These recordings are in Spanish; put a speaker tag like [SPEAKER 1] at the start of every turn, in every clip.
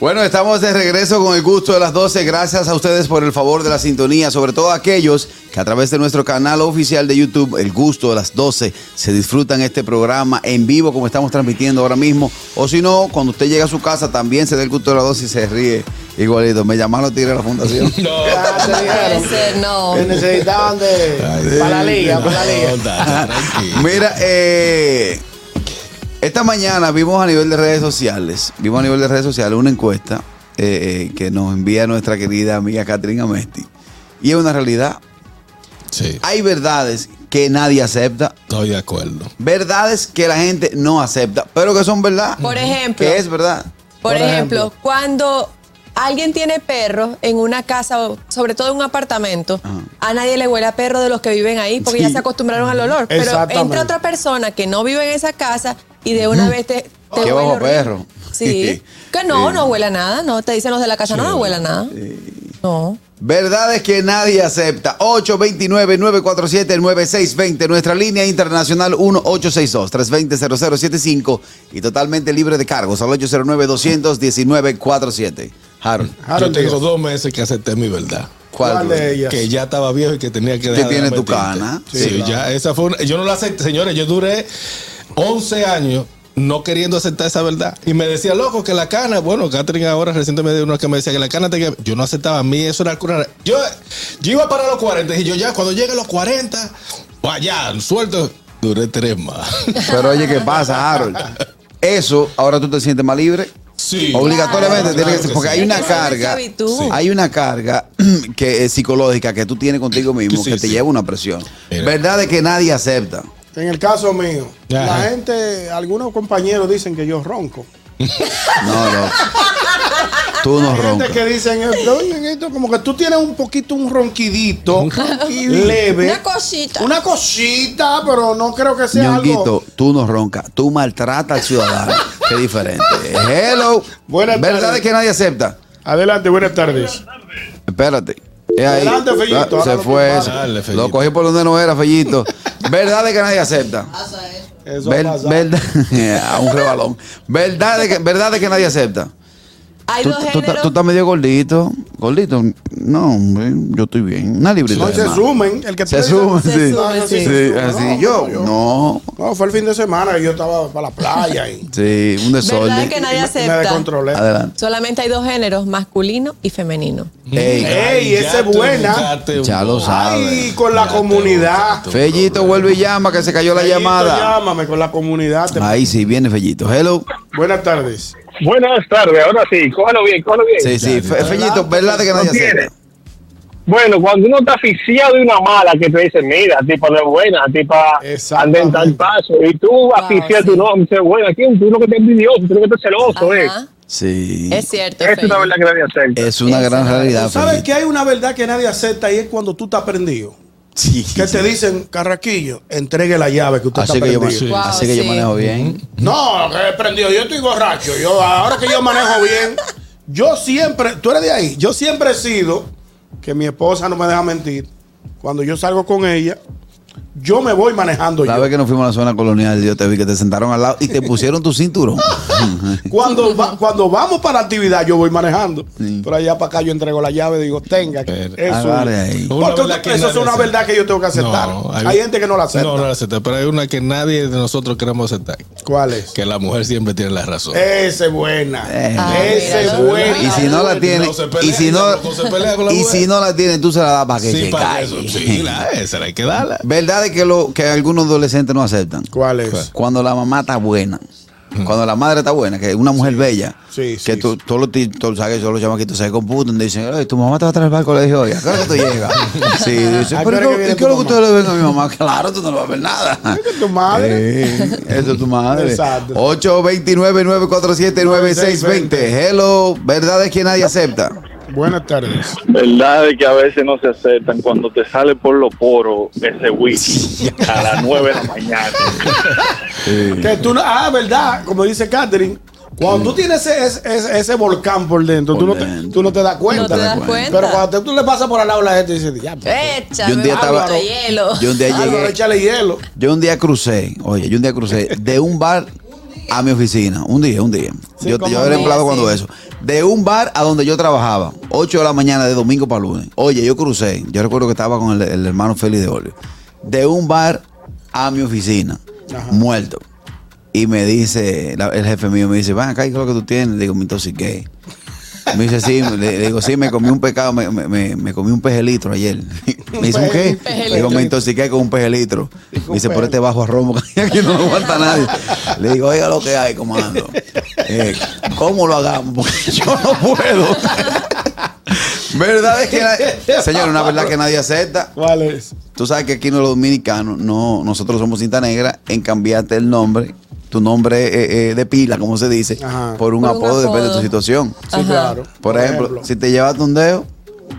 [SPEAKER 1] Bueno, estamos de regreso con el gusto de las 12. Gracias a ustedes por el favor de la sintonía, sobre todo a aquellos que a través de nuestro canal oficial de YouTube, El Gusto de las 12, se disfrutan este programa en vivo como estamos transmitiendo ahora mismo. O si no, cuando usted llega a su casa también se da el gusto de las 12 y se ríe igualito. Me llamaron a tigre de la fundación.
[SPEAKER 2] No,
[SPEAKER 3] Ya te
[SPEAKER 2] puede
[SPEAKER 3] dijeron
[SPEAKER 2] ser, no.
[SPEAKER 3] que necesitaban de. Para la liga, para la liga.
[SPEAKER 2] No, dale, tranquilo.
[SPEAKER 1] Mira, eh, esta mañana vimos a nivel de redes sociales, vimos a nivel de redes sociales una encuesta eh, eh, que nos envía nuestra querida amiga Catherine Amesti. Y es una realidad.
[SPEAKER 2] Sí,
[SPEAKER 1] Hay verdades que nadie acepta,
[SPEAKER 2] estoy de acuerdo.
[SPEAKER 1] verdades que la gente no acepta, pero que son verdad.
[SPEAKER 4] Por ejemplo.
[SPEAKER 1] Que es verdad.
[SPEAKER 4] Por,
[SPEAKER 3] Por
[SPEAKER 4] ejemplo,
[SPEAKER 3] ejemplo.
[SPEAKER 4] cuando alguien tiene perros en una casa, o sobre todo en un apartamento,
[SPEAKER 1] Ajá.
[SPEAKER 4] a nadie le huele a perro de los que viven ahí porque ya
[SPEAKER 1] Sí.
[SPEAKER 4] se acostumbraron al olor. Pero
[SPEAKER 3] Exactamente.
[SPEAKER 4] entra otra persona que no vive en esa casa y de una vez te, te
[SPEAKER 1] Oh, Qué
[SPEAKER 4] huele
[SPEAKER 1] bajo
[SPEAKER 4] horrible.
[SPEAKER 1] perro.
[SPEAKER 4] Sí. Que no, no huele a nada, no. Te dicen los de la casa, no, no huele a nada. No.
[SPEAKER 1] Verdades que nadie acepta. 829-947-9620. Nuestra línea internacional 1862-320-0075. Y totalmente libre de cargos al 809-219-47. Harold.
[SPEAKER 2] Yo
[SPEAKER 3] Harold,
[SPEAKER 2] tengo
[SPEAKER 3] Dios.
[SPEAKER 2] dos meses que acepté mi verdad.
[SPEAKER 1] ¿Cuál?
[SPEAKER 3] ¿Cuál de ellas?
[SPEAKER 2] Que ya estaba viejo y que tenía que dejar de
[SPEAKER 1] tiene tu
[SPEAKER 2] mentirte.
[SPEAKER 1] cana.
[SPEAKER 2] Sí,
[SPEAKER 1] Sí,
[SPEAKER 2] ya esa fue una- Yo no la acepté, señores. Yo duré 11 años no queriendo aceptar esa verdad. Y me decía, loco, que la cana. Bueno, Catherine ahora recientemente me dio una que me decía que la cana tenía. Yo no aceptaba a mí, eso era cura. Yo, yo iba para los 40 y yo ya, cuando llegue a los 40, vaya, suelto. Duré tres más.
[SPEAKER 1] Pero oye, ¿qué pasa, Harold? Eso, ahora tú te sientes más libre.
[SPEAKER 2] Sí.
[SPEAKER 1] Obligatoriamente,
[SPEAKER 2] Claro,
[SPEAKER 1] tiene que
[SPEAKER 2] claro
[SPEAKER 1] ser, porque
[SPEAKER 2] sí.
[SPEAKER 1] hay una
[SPEAKER 4] Es que eso es
[SPEAKER 1] carga,
[SPEAKER 4] esclavitud.
[SPEAKER 1] Sí. hay una carga que es psicológica que tú tienes contigo mismo
[SPEAKER 2] Sí,
[SPEAKER 1] que te
[SPEAKER 2] sí.
[SPEAKER 1] lleva una presión.
[SPEAKER 2] Mira.
[SPEAKER 1] Verdades que nadie acepta.
[SPEAKER 3] En el caso mío,
[SPEAKER 2] Ajá.
[SPEAKER 3] la gente, algunos compañeros dicen que yo ronco.
[SPEAKER 1] No, no. Tú no roncas.
[SPEAKER 3] Gente que dicen, eh, oye, esto, como que tú tienes un poquito un ronquidito y leve.
[SPEAKER 4] Una cosita.
[SPEAKER 3] Una cosita, pero no creo que sea algo.
[SPEAKER 1] Ñonguito, tú no roncas, tú maltratas al ciudadano. Qué diferente. Hello.
[SPEAKER 3] Buenas
[SPEAKER 1] Verdades
[SPEAKER 3] tardes.
[SPEAKER 1] que nadie acepta.
[SPEAKER 3] Adelante, buenas tardes.
[SPEAKER 1] Espérate. Es ahí.
[SPEAKER 3] Adelante, Fellito,
[SPEAKER 1] Ah,
[SPEAKER 3] ahora
[SPEAKER 1] Se
[SPEAKER 3] lo
[SPEAKER 1] fue
[SPEAKER 3] preparo.
[SPEAKER 1] eso.
[SPEAKER 2] Dale, Fellito.
[SPEAKER 1] Lo cogí por donde no era, Fellito. Verdades que nadie acepta.
[SPEAKER 3] Eso
[SPEAKER 1] Ver-
[SPEAKER 3] pasa.
[SPEAKER 1] verda- a un rebalón. Verdades que, verdades que nadie acepta.
[SPEAKER 4] Hay
[SPEAKER 1] Tú,
[SPEAKER 4] dos
[SPEAKER 1] tú estás-
[SPEAKER 4] géneros.
[SPEAKER 1] tú estás medio gordito. Gordito. No, hombre, yo estoy bien. Una librita.
[SPEAKER 3] No,
[SPEAKER 1] de
[SPEAKER 3] se
[SPEAKER 1] más.
[SPEAKER 3] sumen. El que
[SPEAKER 1] Se
[SPEAKER 3] te-
[SPEAKER 1] suben,
[SPEAKER 4] Se
[SPEAKER 1] sí.
[SPEAKER 4] suben, sí.
[SPEAKER 1] Sí, así. Yo, no.
[SPEAKER 3] No, fue el fin de semana que yo estaba para la playa y
[SPEAKER 1] Sí, un
[SPEAKER 4] Verdades
[SPEAKER 1] desorden.
[SPEAKER 4] que nadie
[SPEAKER 3] me- me
[SPEAKER 4] acepta.
[SPEAKER 3] descontrolé.
[SPEAKER 1] Adelante.
[SPEAKER 4] Solamente hay dos géneros, masculino y femenino.
[SPEAKER 1] Ey,
[SPEAKER 3] Ey,
[SPEAKER 2] Ya
[SPEAKER 3] esa es
[SPEAKER 2] te
[SPEAKER 3] buena.
[SPEAKER 2] buscaste un-
[SPEAKER 1] Ya lo sabes.
[SPEAKER 3] Ay, con la
[SPEAKER 2] Ya te
[SPEAKER 3] comunidad.
[SPEAKER 2] buscaste un
[SPEAKER 1] Fellito
[SPEAKER 2] problema.
[SPEAKER 1] vuelve y llama que se cayó la
[SPEAKER 3] Fellito,
[SPEAKER 1] llamada.
[SPEAKER 3] Llámame con la comunidad. te-
[SPEAKER 1] Ahí sí, viene Fellito. Hello.
[SPEAKER 3] Buenas tardes.
[SPEAKER 5] Buenas tardes, ahora sí, cógelo bien, cógelo bien.
[SPEAKER 1] Sí, sí. Fe- Fellito, ¿verdad de que nadie
[SPEAKER 5] No tiene.
[SPEAKER 1] acepta?
[SPEAKER 5] Bueno, cuando uno está asfixiado de una mala que te dice, mira, tipa no es buena, tipa anda en tal
[SPEAKER 3] Exactamente.
[SPEAKER 5] paso, y tú asfixias
[SPEAKER 4] sí.
[SPEAKER 5] tu nombre, dices, bueno, aquí tú no que estás envidioso, tú no que estás celoso, eh.
[SPEAKER 4] Ajá.
[SPEAKER 1] Sí.
[SPEAKER 4] Es cierto.
[SPEAKER 5] Esa es
[SPEAKER 4] Feli.
[SPEAKER 5] la verdad que nadie acepta.
[SPEAKER 1] Es una
[SPEAKER 4] Esa
[SPEAKER 1] gran
[SPEAKER 4] es la-
[SPEAKER 1] realidad,
[SPEAKER 3] ¿Sabes
[SPEAKER 1] Fellito.
[SPEAKER 3] que hay una verdad que nadie acepta y es cuando tú estás prendido?
[SPEAKER 1] Sí.
[SPEAKER 3] Que te dicen, Carraquillo, entregue la llave que usted
[SPEAKER 1] Así
[SPEAKER 3] está
[SPEAKER 1] que yo,
[SPEAKER 3] prendido.
[SPEAKER 1] ma- así
[SPEAKER 4] Wow,
[SPEAKER 1] que yo
[SPEAKER 4] sí.
[SPEAKER 1] manejo bien.
[SPEAKER 3] No, que he prendido, yo estoy borracho. Yo, ahora que yo manejo bien, yo siempre, tú eres de ahí, yo siempre he sido, que mi esposa no me deja mentir, cuando yo salgo con ella, yo me voy manejando
[SPEAKER 2] Pues
[SPEAKER 1] La
[SPEAKER 3] yo.
[SPEAKER 1] vez que nos fuimos a la zona colonial, yo te vi que te sentaron al lado y te pusieron tu cinturón.
[SPEAKER 2] Ah,
[SPEAKER 3] Cuando, va- cuando vamos para la actividad, yo voy manejando.
[SPEAKER 1] Sí.
[SPEAKER 3] Pero allá para acá yo entrego la llave y digo, tenga.
[SPEAKER 2] Pero,
[SPEAKER 3] Eso,
[SPEAKER 1] agarre ahí.
[SPEAKER 2] Una
[SPEAKER 3] Porque
[SPEAKER 2] verdad que
[SPEAKER 3] eso es
[SPEAKER 2] nadie
[SPEAKER 3] una
[SPEAKER 2] acepta.
[SPEAKER 3] verdad que yo tengo que aceptar.
[SPEAKER 2] No,
[SPEAKER 3] hay, gente que no la acepta.
[SPEAKER 2] No, no la acepta, pero hay una que nadie de nosotros queremos aceptar.
[SPEAKER 3] ¿Cuál es?
[SPEAKER 2] Que la mujer siempre tiene la razón.
[SPEAKER 3] Esa es buena.
[SPEAKER 1] Eh.
[SPEAKER 4] Ah,
[SPEAKER 3] Esa es
[SPEAKER 4] mira, no,
[SPEAKER 3] buena.
[SPEAKER 1] Y si no la tiene,
[SPEAKER 2] No se pelea,
[SPEAKER 1] y si no,
[SPEAKER 2] tampoco se pelea con la
[SPEAKER 1] y
[SPEAKER 2] mujer.
[SPEAKER 1] si no la tiene, tú se la das para que
[SPEAKER 2] Sí,
[SPEAKER 1] se
[SPEAKER 2] para eso, sí,
[SPEAKER 1] calle.
[SPEAKER 2] la, esa hay que darla.
[SPEAKER 1] Verdad de que lo que algunos adolescentes no aceptan.
[SPEAKER 3] ¿Cuál es?
[SPEAKER 1] Cuando la mamá está buena. Cuando la madre está buena, que es una mujer bella,
[SPEAKER 3] Sí,
[SPEAKER 1] que
[SPEAKER 3] sí,
[SPEAKER 1] tú, todos los ti- todos sabes que todos los chamaquitos se computan y dicen, "Ay, tu mamá te va a traer al colegio hoy, ¿a qué hora que tú llegas? Sí, dicen,
[SPEAKER 3] ¿A qué
[SPEAKER 1] pero ¿y
[SPEAKER 3] hora que viene
[SPEAKER 1] ¿qué,
[SPEAKER 3] tu
[SPEAKER 1] ¿qué es lo que
[SPEAKER 3] mamá?
[SPEAKER 1] ustedes le ven a mi mamá? Claro, tú no le vas a ver nada.
[SPEAKER 3] Esa es tu madre.
[SPEAKER 1] Eh, eso es tu madre.
[SPEAKER 3] Exacto.
[SPEAKER 1] 829-947-9620. Hello, verdad es que nadie acepta.
[SPEAKER 3] Buenas tardes.
[SPEAKER 6] Verdad de que a veces no se aceptan cuando te sale por los poros ese whisky a las 9 de la mañana.
[SPEAKER 3] Que tú no- ah, verdad, como dice Catherine, Cuando tú tienes ese, ese- ese- ese volcán por dentro,
[SPEAKER 1] Por
[SPEAKER 3] tú, no te,
[SPEAKER 1] dentro.
[SPEAKER 3] tú no te das cuenta.
[SPEAKER 4] No te das cuenta.
[SPEAKER 3] Pero cuando te- tú le pasas por al lado a la gente y dices, ya, pues,
[SPEAKER 4] Échame
[SPEAKER 1] Yo un día
[SPEAKER 4] Álvaro,
[SPEAKER 1] estaba-
[SPEAKER 4] hielo.
[SPEAKER 1] Yo un día
[SPEAKER 3] Álvaro,
[SPEAKER 1] llegué.
[SPEAKER 3] échale hielo.
[SPEAKER 1] Yo un día crucé, oye, yo un día crucé de un bar a mi oficina. Un día, un día.
[SPEAKER 3] Sí,
[SPEAKER 1] yo
[SPEAKER 3] como
[SPEAKER 1] yo
[SPEAKER 3] un
[SPEAKER 1] era
[SPEAKER 3] día,
[SPEAKER 1] empleado
[SPEAKER 4] sí.
[SPEAKER 1] cuando eso. De un bar a donde yo trabajaba, 8 de la mañana de domingo para lunes. Oye, yo crucé. Yo recuerdo que estaba con el, el hermano Félix de Olio. De un bar a mi oficina, muerto. Y me dice, la- el jefe mío me dice, van acá, ¿qué es lo que tú tienes? Le digo, me intoxiqué. Me dice, sí, le, le digo, sí, me comí un pecado, me, me- me- me comí un pejelitro ayer. Me dice, ¿un qué? Le digo, me intoxiqué con un pejelitro. Me dice, por este bajo a romo, que aquí no lo aguanta nadie. Le digo, oiga lo que hay, comando. Eh, ¿Cómo lo hagamos? Porque yo no puedo. ¿Verdad? Es que, la- señor, una verdad que nadie acepta.
[SPEAKER 3] ¿Cuál es?
[SPEAKER 1] Tú sabes que aquí los dominicanos, no, nosotros somos cinta negra en cambiarte el nombre, tu nombre eh, eh, de pila, como se dice,
[SPEAKER 3] Ajá.
[SPEAKER 1] por un
[SPEAKER 4] Por un
[SPEAKER 1] apodo, depende de tu
[SPEAKER 4] apodo.
[SPEAKER 1] situación.
[SPEAKER 3] Sí,
[SPEAKER 4] Ajá.
[SPEAKER 3] claro.
[SPEAKER 1] Por, ejemplo, si te llevaste un dedo,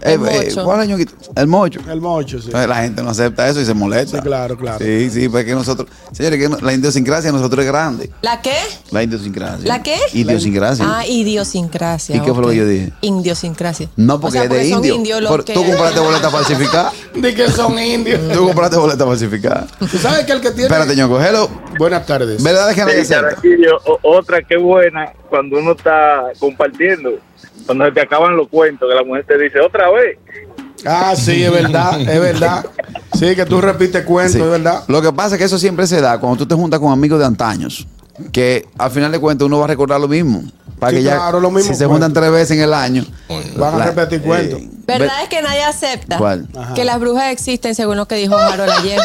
[SPEAKER 1] eh,
[SPEAKER 4] El
[SPEAKER 1] eh,
[SPEAKER 4] mocho.
[SPEAKER 1] ¿cuál año quito? El mocho.
[SPEAKER 3] el mocho, sí.
[SPEAKER 1] Entonces la gente no acepta eso y se molesta.
[SPEAKER 3] Sí, claro, claro.
[SPEAKER 1] Sí, sí, porque nosotros, señores, que no- la idiosincrasia de nosotros es grande.
[SPEAKER 4] ¿La qué?
[SPEAKER 1] La idiosincrasia.
[SPEAKER 4] ¿La qué?
[SPEAKER 1] Idiosincrasia.
[SPEAKER 4] Ah, idiosincrasia.
[SPEAKER 1] ¿Y qué fue lo
[SPEAKER 4] ok.
[SPEAKER 1] que yo dije?
[SPEAKER 4] Indiosincrasia.
[SPEAKER 1] No, porque
[SPEAKER 4] O sea,
[SPEAKER 1] es de
[SPEAKER 4] son
[SPEAKER 1] indio.
[SPEAKER 4] indios los
[SPEAKER 1] Por-
[SPEAKER 4] que-
[SPEAKER 1] Tú compraste boleta falsificada.
[SPEAKER 3] De que son indios.
[SPEAKER 1] Tú compraste boleta falsificada.
[SPEAKER 3] ¿Tú sabes que el que tiene.
[SPEAKER 1] Espérate, ñongo. Hello.
[SPEAKER 3] Buenas tardes.
[SPEAKER 1] ¿Verdad es que nadie
[SPEAKER 6] Sí,
[SPEAKER 1] acepta?
[SPEAKER 6] Carajillo, o- otra que buena cuando uno está compartiendo, cuando se te acaban los cuentos, que la mujer te dice otra vez.
[SPEAKER 3] Ah, sí, es verdad, es verdad. Sí, que tú repites cuentos,
[SPEAKER 1] Sí.
[SPEAKER 3] es verdad.
[SPEAKER 1] Lo que pasa es que eso siempre se da cuando tú te juntas con amigos de antaños, que al final de cuentas uno va a recordar lo mismo. Para
[SPEAKER 3] Sí,
[SPEAKER 1] que ya,
[SPEAKER 3] claro, lo mismo
[SPEAKER 1] si se juntan
[SPEAKER 3] cuento.
[SPEAKER 1] tres veces en el año,
[SPEAKER 3] Van a
[SPEAKER 1] eh.
[SPEAKER 3] repetir cuentos.
[SPEAKER 4] ¿Verdad es que nadie acepta
[SPEAKER 1] ¿Cuál?
[SPEAKER 4] que las brujas existen según lo que dijo Harold ayer?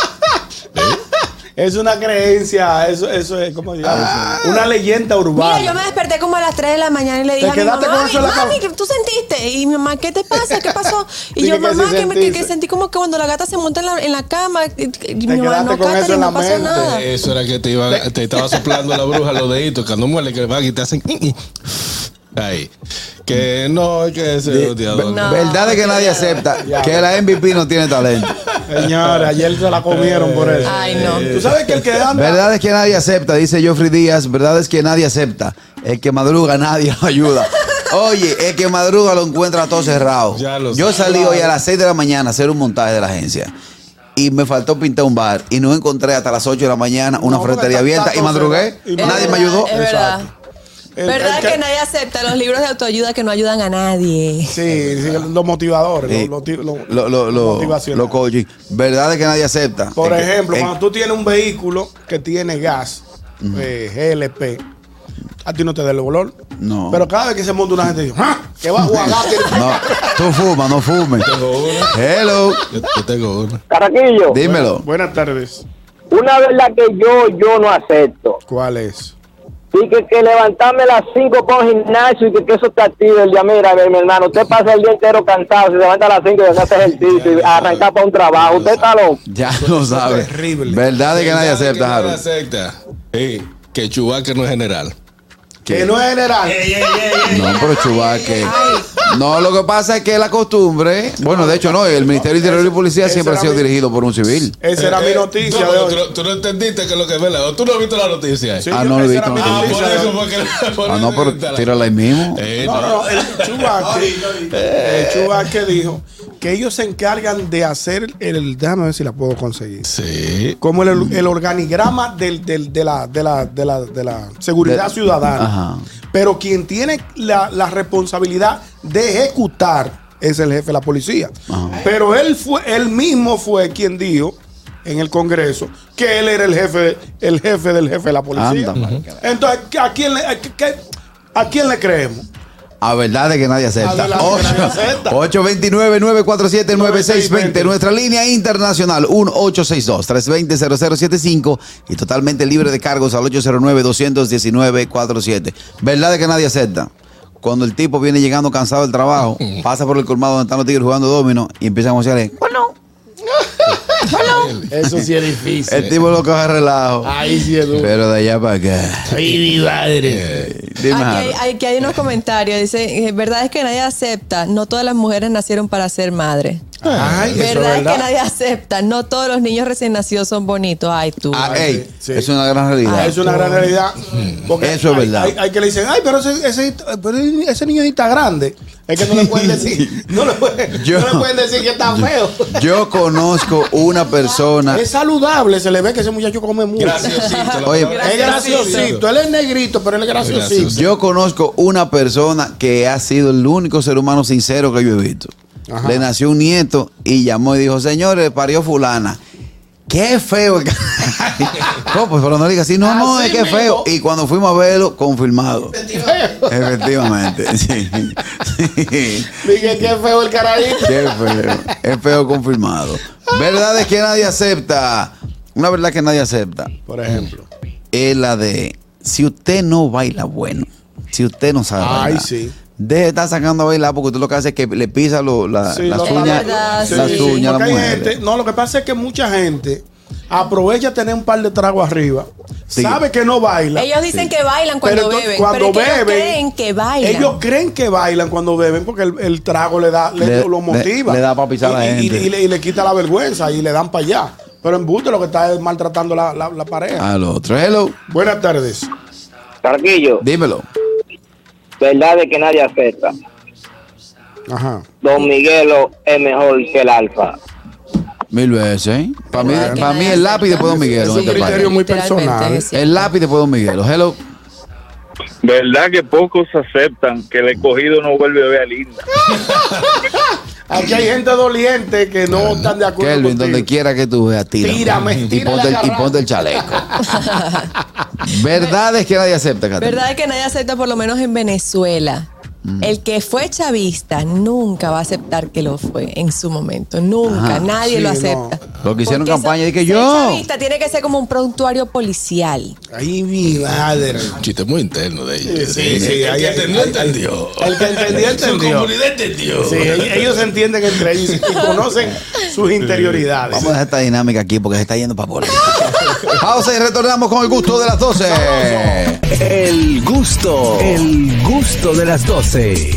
[SPEAKER 3] Es una creencia, eso, eso es, ¿cómo digo?
[SPEAKER 1] Ah.
[SPEAKER 3] Una leyenda
[SPEAKER 4] Mira, yo me
[SPEAKER 3] urbana.
[SPEAKER 4] desperté como a las 3 de la mañana y le dije a mi
[SPEAKER 3] quedaste
[SPEAKER 4] mamá,
[SPEAKER 3] con eso en la
[SPEAKER 4] "Ay, mami,
[SPEAKER 3] cama?"
[SPEAKER 4] ¿tú sentiste? Y mi mamá, ¿qué te pasa? ¿Qué pasó? Y
[SPEAKER 3] Dije
[SPEAKER 4] yo,
[SPEAKER 3] que sí
[SPEAKER 4] mamá, que, me- que-
[SPEAKER 3] sentiste.
[SPEAKER 4] que sentí como que cuando la gata se monta en la, en la cama, y- y mi mamá,
[SPEAKER 3] quedaste
[SPEAKER 4] no,
[SPEAKER 3] con eso
[SPEAKER 4] Katherine,
[SPEAKER 3] en la
[SPEAKER 4] no pasó
[SPEAKER 3] mente. Eh,
[SPEAKER 4] nada.
[SPEAKER 2] Eso era que te iba, te estaba soplando la bruja los deditos, cuando muele que van y te hacen. Ahí. Que no, es que ese es odiador.
[SPEAKER 4] No.
[SPEAKER 1] verdad es que nadie acepta que la MVP no tiene talento.
[SPEAKER 3] Señora, ayer se la comieron por eso.
[SPEAKER 4] Ay, no.
[SPEAKER 3] Tú sabes que el que anda.
[SPEAKER 1] Verdad es que nadie acepta, dice Joffrey Díaz. Verdad es que nadie acepta. El que madruga, nadie lo ayuda. Oye, el que madruga lo encuentra todo cerrado.
[SPEAKER 2] Ya lo
[SPEAKER 1] Yo
[SPEAKER 2] sé.
[SPEAKER 1] salí hoy a las 6 de la mañana a hacer un montaje de la agencia. Y me faltó pintar un bar. Y no encontré hasta las 8 de la mañana una
[SPEAKER 3] No, porque
[SPEAKER 1] ferretería
[SPEAKER 3] está-
[SPEAKER 1] abierta.
[SPEAKER 3] está
[SPEAKER 1] Y madrugué.
[SPEAKER 3] todo cerrado. Y
[SPEAKER 4] Es
[SPEAKER 1] Nadie me
[SPEAKER 4] verdad,
[SPEAKER 1] ayudó.
[SPEAKER 4] Es verdad.
[SPEAKER 3] el-
[SPEAKER 4] ¿Verdad
[SPEAKER 3] el
[SPEAKER 4] que... nadie acepta los libros de autoayuda que no ayudan a nadie?
[SPEAKER 3] Sí, sí, los motivadores,
[SPEAKER 1] Sí.
[SPEAKER 3] los, los- los-
[SPEAKER 1] Lo, lo,
[SPEAKER 3] los
[SPEAKER 1] lo,
[SPEAKER 3] motivacionales.
[SPEAKER 1] lo coaching. Verdad es que nadie acepta.
[SPEAKER 3] Por
[SPEAKER 1] El que-
[SPEAKER 3] ejemplo,
[SPEAKER 1] el-
[SPEAKER 3] cuando tú tienes un vehículo que tiene gas, eh, GLP, a ti no te da el olor.
[SPEAKER 1] No.
[SPEAKER 3] Pero cada vez que se monta una gente, dice, "Ah, que va a jugar gas, tiene-".
[SPEAKER 1] No, tú fumas, no fumes.
[SPEAKER 2] Tengo uno.
[SPEAKER 1] Hello.
[SPEAKER 2] Yo, yo tengo uno.
[SPEAKER 5] Carraquillo,
[SPEAKER 1] Dímelo.
[SPEAKER 3] Buenas tardes.
[SPEAKER 5] una verdad que yo, yo no acepto.
[SPEAKER 3] ¿Cuál es?
[SPEAKER 5] Y que, que levantarme a las 5 para un gimnasio y que, que eso te active el día. Mira, mi, mi hermano, usted pasa el día entero cansado, se levanta a las 5 y hace ejercicio y arranca para un trabajo. Usted está loco.
[SPEAKER 1] Ya lo sabes.
[SPEAKER 3] terrible.
[SPEAKER 1] Verdad es que nadie
[SPEAKER 2] Nadie
[SPEAKER 1] acepta,
[SPEAKER 2] Nadie
[SPEAKER 1] Harold.
[SPEAKER 2] acepta. Sí, que Chubaca no es general.
[SPEAKER 3] Que no es general.
[SPEAKER 2] Eh,
[SPEAKER 1] No, pero chubaque. No, lo que pasa es que la costumbre. Bueno, de hecho, no. El Ministerio de Interior y Policía
[SPEAKER 3] ese
[SPEAKER 1] siempre ha
[SPEAKER 3] era
[SPEAKER 1] sido
[SPEAKER 3] mi-
[SPEAKER 1] dirigido por un civil.
[SPEAKER 3] Esa era
[SPEAKER 2] Eh,
[SPEAKER 3] mi
[SPEAKER 2] eh,
[SPEAKER 3] noticia
[SPEAKER 2] tú,
[SPEAKER 3] de
[SPEAKER 2] no-
[SPEAKER 3] hoy.
[SPEAKER 2] tú no- tú no entendiste que es lo que es verdad. ¿O Tú no has visto la noticia. ahí?
[SPEAKER 3] Sí,
[SPEAKER 1] Ah,
[SPEAKER 3] yo-
[SPEAKER 1] no lo
[SPEAKER 3] esa
[SPEAKER 1] vi,
[SPEAKER 3] era
[SPEAKER 1] no
[SPEAKER 3] mi
[SPEAKER 1] lo
[SPEAKER 2] Ah,
[SPEAKER 1] vi.
[SPEAKER 2] por
[SPEAKER 3] noticia de
[SPEAKER 2] eso,
[SPEAKER 3] hoy.
[SPEAKER 2] porque- por
[SPEAKER 1] Ah,
[SPEAKER 2] eso
[SPEAKER 1] no, pero
[SPEAKER 2] está la-
[SPEAKER 1] tírala ahí mismo.
[SPEAKER 2] Eh,
[SPEAKER 3] No,
[SPEAKER 2] no.
[SPEAKER 3] no, el Chubaque, el Chubaque dijo que ellos se encargan de hacer el, déjame ver si la puedo conseguir.
[SPEAKER 2] Sí.
[SPEAKER 3] Como el, el organigrama del, del- de, la, de, la, de, la, de la seguridad
[SPEAKER 1] De-
[SPEAKER 3] ciudadana.
[SPEAKER 1] Ajá.
[SPEAKER 3] Pero quien tiene la, la responsabilidad de ejecutar es el jefe de la policía.
[SPEAKER 1] Ajá.
[SPEAKER 3] Pero él fue, él mismo fue quien dijo en el Congreso que él era el jefe, el jefe del jefe de la policía.
[SPEAKER 1] Anda, mal
[SPEAKER 3] Entonces, ¿a quién le, a, qué- a quién le creemos?
[SPEAKER 1] A verdad es que nadie acepta.
[SPEAKER 3] A verdad es que nadie acepta.
[SPEAKER 1] 829-947-9620. Nuestra línea internacional 1-862-320-0075 y totalmente libre de cargos al 809-219-47. Verdad es que nadie acepta. Cuando el tipo viene llegando cansado del trabajo, pasa por el colmado donde están los tigres jugando domino y empiezan a eh, negociar.
[SPEAKER 7] Eso sí es difícil.
[SPEAKER 1] El tipo lo coge relajo.
[SPEAKER 3] Ah,
[SPEAKER 7] Ahí sí es duro.
[SPEAKER 1] Pero de allá para acá.
[SPEAKER 7] Ay, mi madre.
[SPEAKER 1] Dime,
[SPEAKER 4] Aquí hay,
[SPEAKER 1] Harold.
[SPEAKER 4] aquí eh, hay unos comentarios. Dice, eh, verdad es que nadie acepta. No todas las mujeres nacieron para ser
[SPEAKER 3] Ay,
[SPEAKER 4] madre.
[SPEAKER 3] Ah, eso es
[SPEAKER 4] ¿Verdad?
[SPEAKER 3] verdad.
[SPEAKER 4] que nadie acepta. No todos los niños recién nacidos son bonitos. Ay, tú.
[SPEAKER 1] Ah, ey,
[SPEAKER 3] sí.
[SPEAKER 1] es una gran realidad.
[SPEAKER 3] Ah, Es una gran realidad. Porque
[SPEAKER 1] Mm. Eso es
[SPEAKER 3] hay-
[SPEAKER 1] verdad.
[SPEAKER 3] Hay, hay que le dicen, ay, pero ese, ese, pero ese niño está grande. Es que no le pueden decir, no le, pueden-
[SPEAKER 1] Yo-
[SPEAKER 3] no le pueden decir que está feo.
[SPEAKER 1] Yo Ah. conozco una persona.
[SPEAKER 3] Es saludable, se le ve que ese muchacho come mucho.
[SPEAKER 2] Graciosito. la
[SPEAKER 1] Oye,
[SPEAKER 3] Es graciosito. Él es negrito, pero él es graciosito.
[SPEAKER 1] Yo conozco una persona que ha sido el único ser humano sincero que yo he visto.
[SPEAKER 3] Ajá.
[SPEAKER 1] Le nació un nieto y llamó y dijo, señores, parió fulana. Qué feo. que-". no, pues pero no diga así, no, no, es
[SPEAKER 3] Así
[SPEAKER 1] que es feo.
[SPEAKER 3] mismo.
[SPEAKER 1] Y cuando fuimos a verlo, confirmado. Efectivamente, sí. Sí.
[SPEAKER 3] Dije que feo el carajito.
[SPEAKER 1] Qué feo. Es feo confirmado. Verdades que nadie acepta. Una verdad que nadie acepta
[SPEAKER 3] Por ejemplo.
[SPEAKER 1] es la de si usted no baila bueno, si usted no sabe
[SPEAKER 3] Ay,
[SPEAKER 1] bailar,
[SPEAKER 3] sí.
[SPEAKER 1] deje de estar sacando a bailar porque usted lo que hace es que le pisa lo- la,
[SPEAKER 3] Sí,
[SPEAKER 1] Ah, las
[SPEAKER 3] lo-
[SPEAKER 1] uñas,
[SPEAKER 4] verdad,
[SPEAKER 1] las
[SPEAKER 4] sí.
[SPEAKER 1] uñas a la
[SPEAKER 3] Porque hay
[SPEAKER 1] mujer.
[SPEAKER 3] gente- no, lo que pasa es que mucha gente aprovecha tener un par de tragos arriba,
[SPEAKER 1] Sí.
[SPEAKER 3] sabe que no baila.
[SPEAKER 4] ellos dicen que bailan cuando
[SPEAKER 3] entonces,
[SPEAKER 4] beben.
[SPEAKER 3] cuando
[SPEAKER 4] pero es que
[SPEAKER 3] beben,
[SPEAKER 4] ellos creen que bailan.
[SPEAKER 3] Ellos creen que bailan cuando beben porque el, el trago le da, le-
[SPEAKER 1] Le-
[SPEAKER 3] lo motiva.
[SPEAKER 1] le- le da pa' pisar
[SPEAKER 3] Y-
[SPEAKER 1] a la
[SPEAKER 3] y- y-
[SPEAKER 1] gente.
[SPEAKER 3] Y, le, y le quita la vergüenza y le dan para allá. Pero en busto lo que está es maltratando la, la- la pareja.
[SPEAKER 1] Al otro, hello,
[SPEAKER 3] Buenas tardes.
[SPEAKER 5] Carquillo,
[SPEAKER 1] dímelo.
[SPEAKER 5] verdad de que nadie acepta.
[SPEAKER 3] Ajá.
[SPEAKER 5] Don Miguelo es mejor que el Alfa.
[SPEAKER 1] Mil veces. ¿eh? Para mí,
[SPEAKER 4] Verdad que
[SPEAKER 1] pa' mí
[SPEAKER 4] nadie
[SPEAKER 1] el lápiz después
[SPEAKER 4] acepta.
[SPEAKER 1] de Don Miguel.
[SPEAKER 3] Es un criterio muy personal.
[SPEAKER 1] El lápiz después de Don Miguel. Hello.
[SPEAKER 6] ¿Verdad que pocos aceptan que el escogido no vuelve a ver a Linda?
[SPEAKER 3] Aquí hay gente doliente que no están de acuerdo.
[SPEAKER 1] Kelvin,
[SPEAKER 3] contigo.
[SPEAKER 1] donde quiera que tú veas, tírame.
[SPEAKER 3] Tírame,
[SPEAKER 1] y,
[SPEAKER 3] tírale
[SPEAKER 1] ponte el, y
[SPEAKER 3] agarrado.
[SPEAKER 1] ponte el chaleco. Verdades que nadie acepta, Catalina.
[SPEAKER 4] ¿Verdad que nadie acepta, por lo menos en Venezuela?
[SPEAKER 3] Mm.
[SPEAKER 4] El que fue chavista nunca va a aceptar que lo fue en su momento. Nunca,
[SPEAKER 1] Ajá.
[SPEAKER 4] nadie
[SPEAKER 3] Sí,
[SPEAKER 4] lo
[SPEAKER 3] no.
[SPEAKER 4] acepta.
[SPEAKER 1] Lo que hicieron
[SPEAKER 4] Porque eso-
[SPEAKER 1] campaña de que
[SPEAKER 4] ser
[SPEAKER 1] yo-
[SPEAKER 4] chavista tiene que ser como un prontuario policial.
[SPEAKER 3] Ay, mi madre.
[SPEAKER 7] Un chiste muy interno de ellos.
[SPEAKER 3] Sí, sí,
[SPEAKER 7] el
[SPEAKER 3] ahí-
[SPEAKER 7] que
[SPEAKER 3] ahí-
[SPEAKER 7] entendió,
[SPEAKER 3] ahí-
[SPEAKER 7] entendió.
[SPEAKER 3] El que entendió, entendió.
[SPEAKER 7] Su comunidad entendió.
[SPEAKER 3] Sí, e- ellos se entienden entre ellos y conocen sus interioridades.
[SPEAKER 1] Vamos a dejar esta dinámica aquí porque se está yendo para política. Pausa y retornamos con el gusto de las 12.
[SPEAKER 8] El gusto, el gusto de las 12.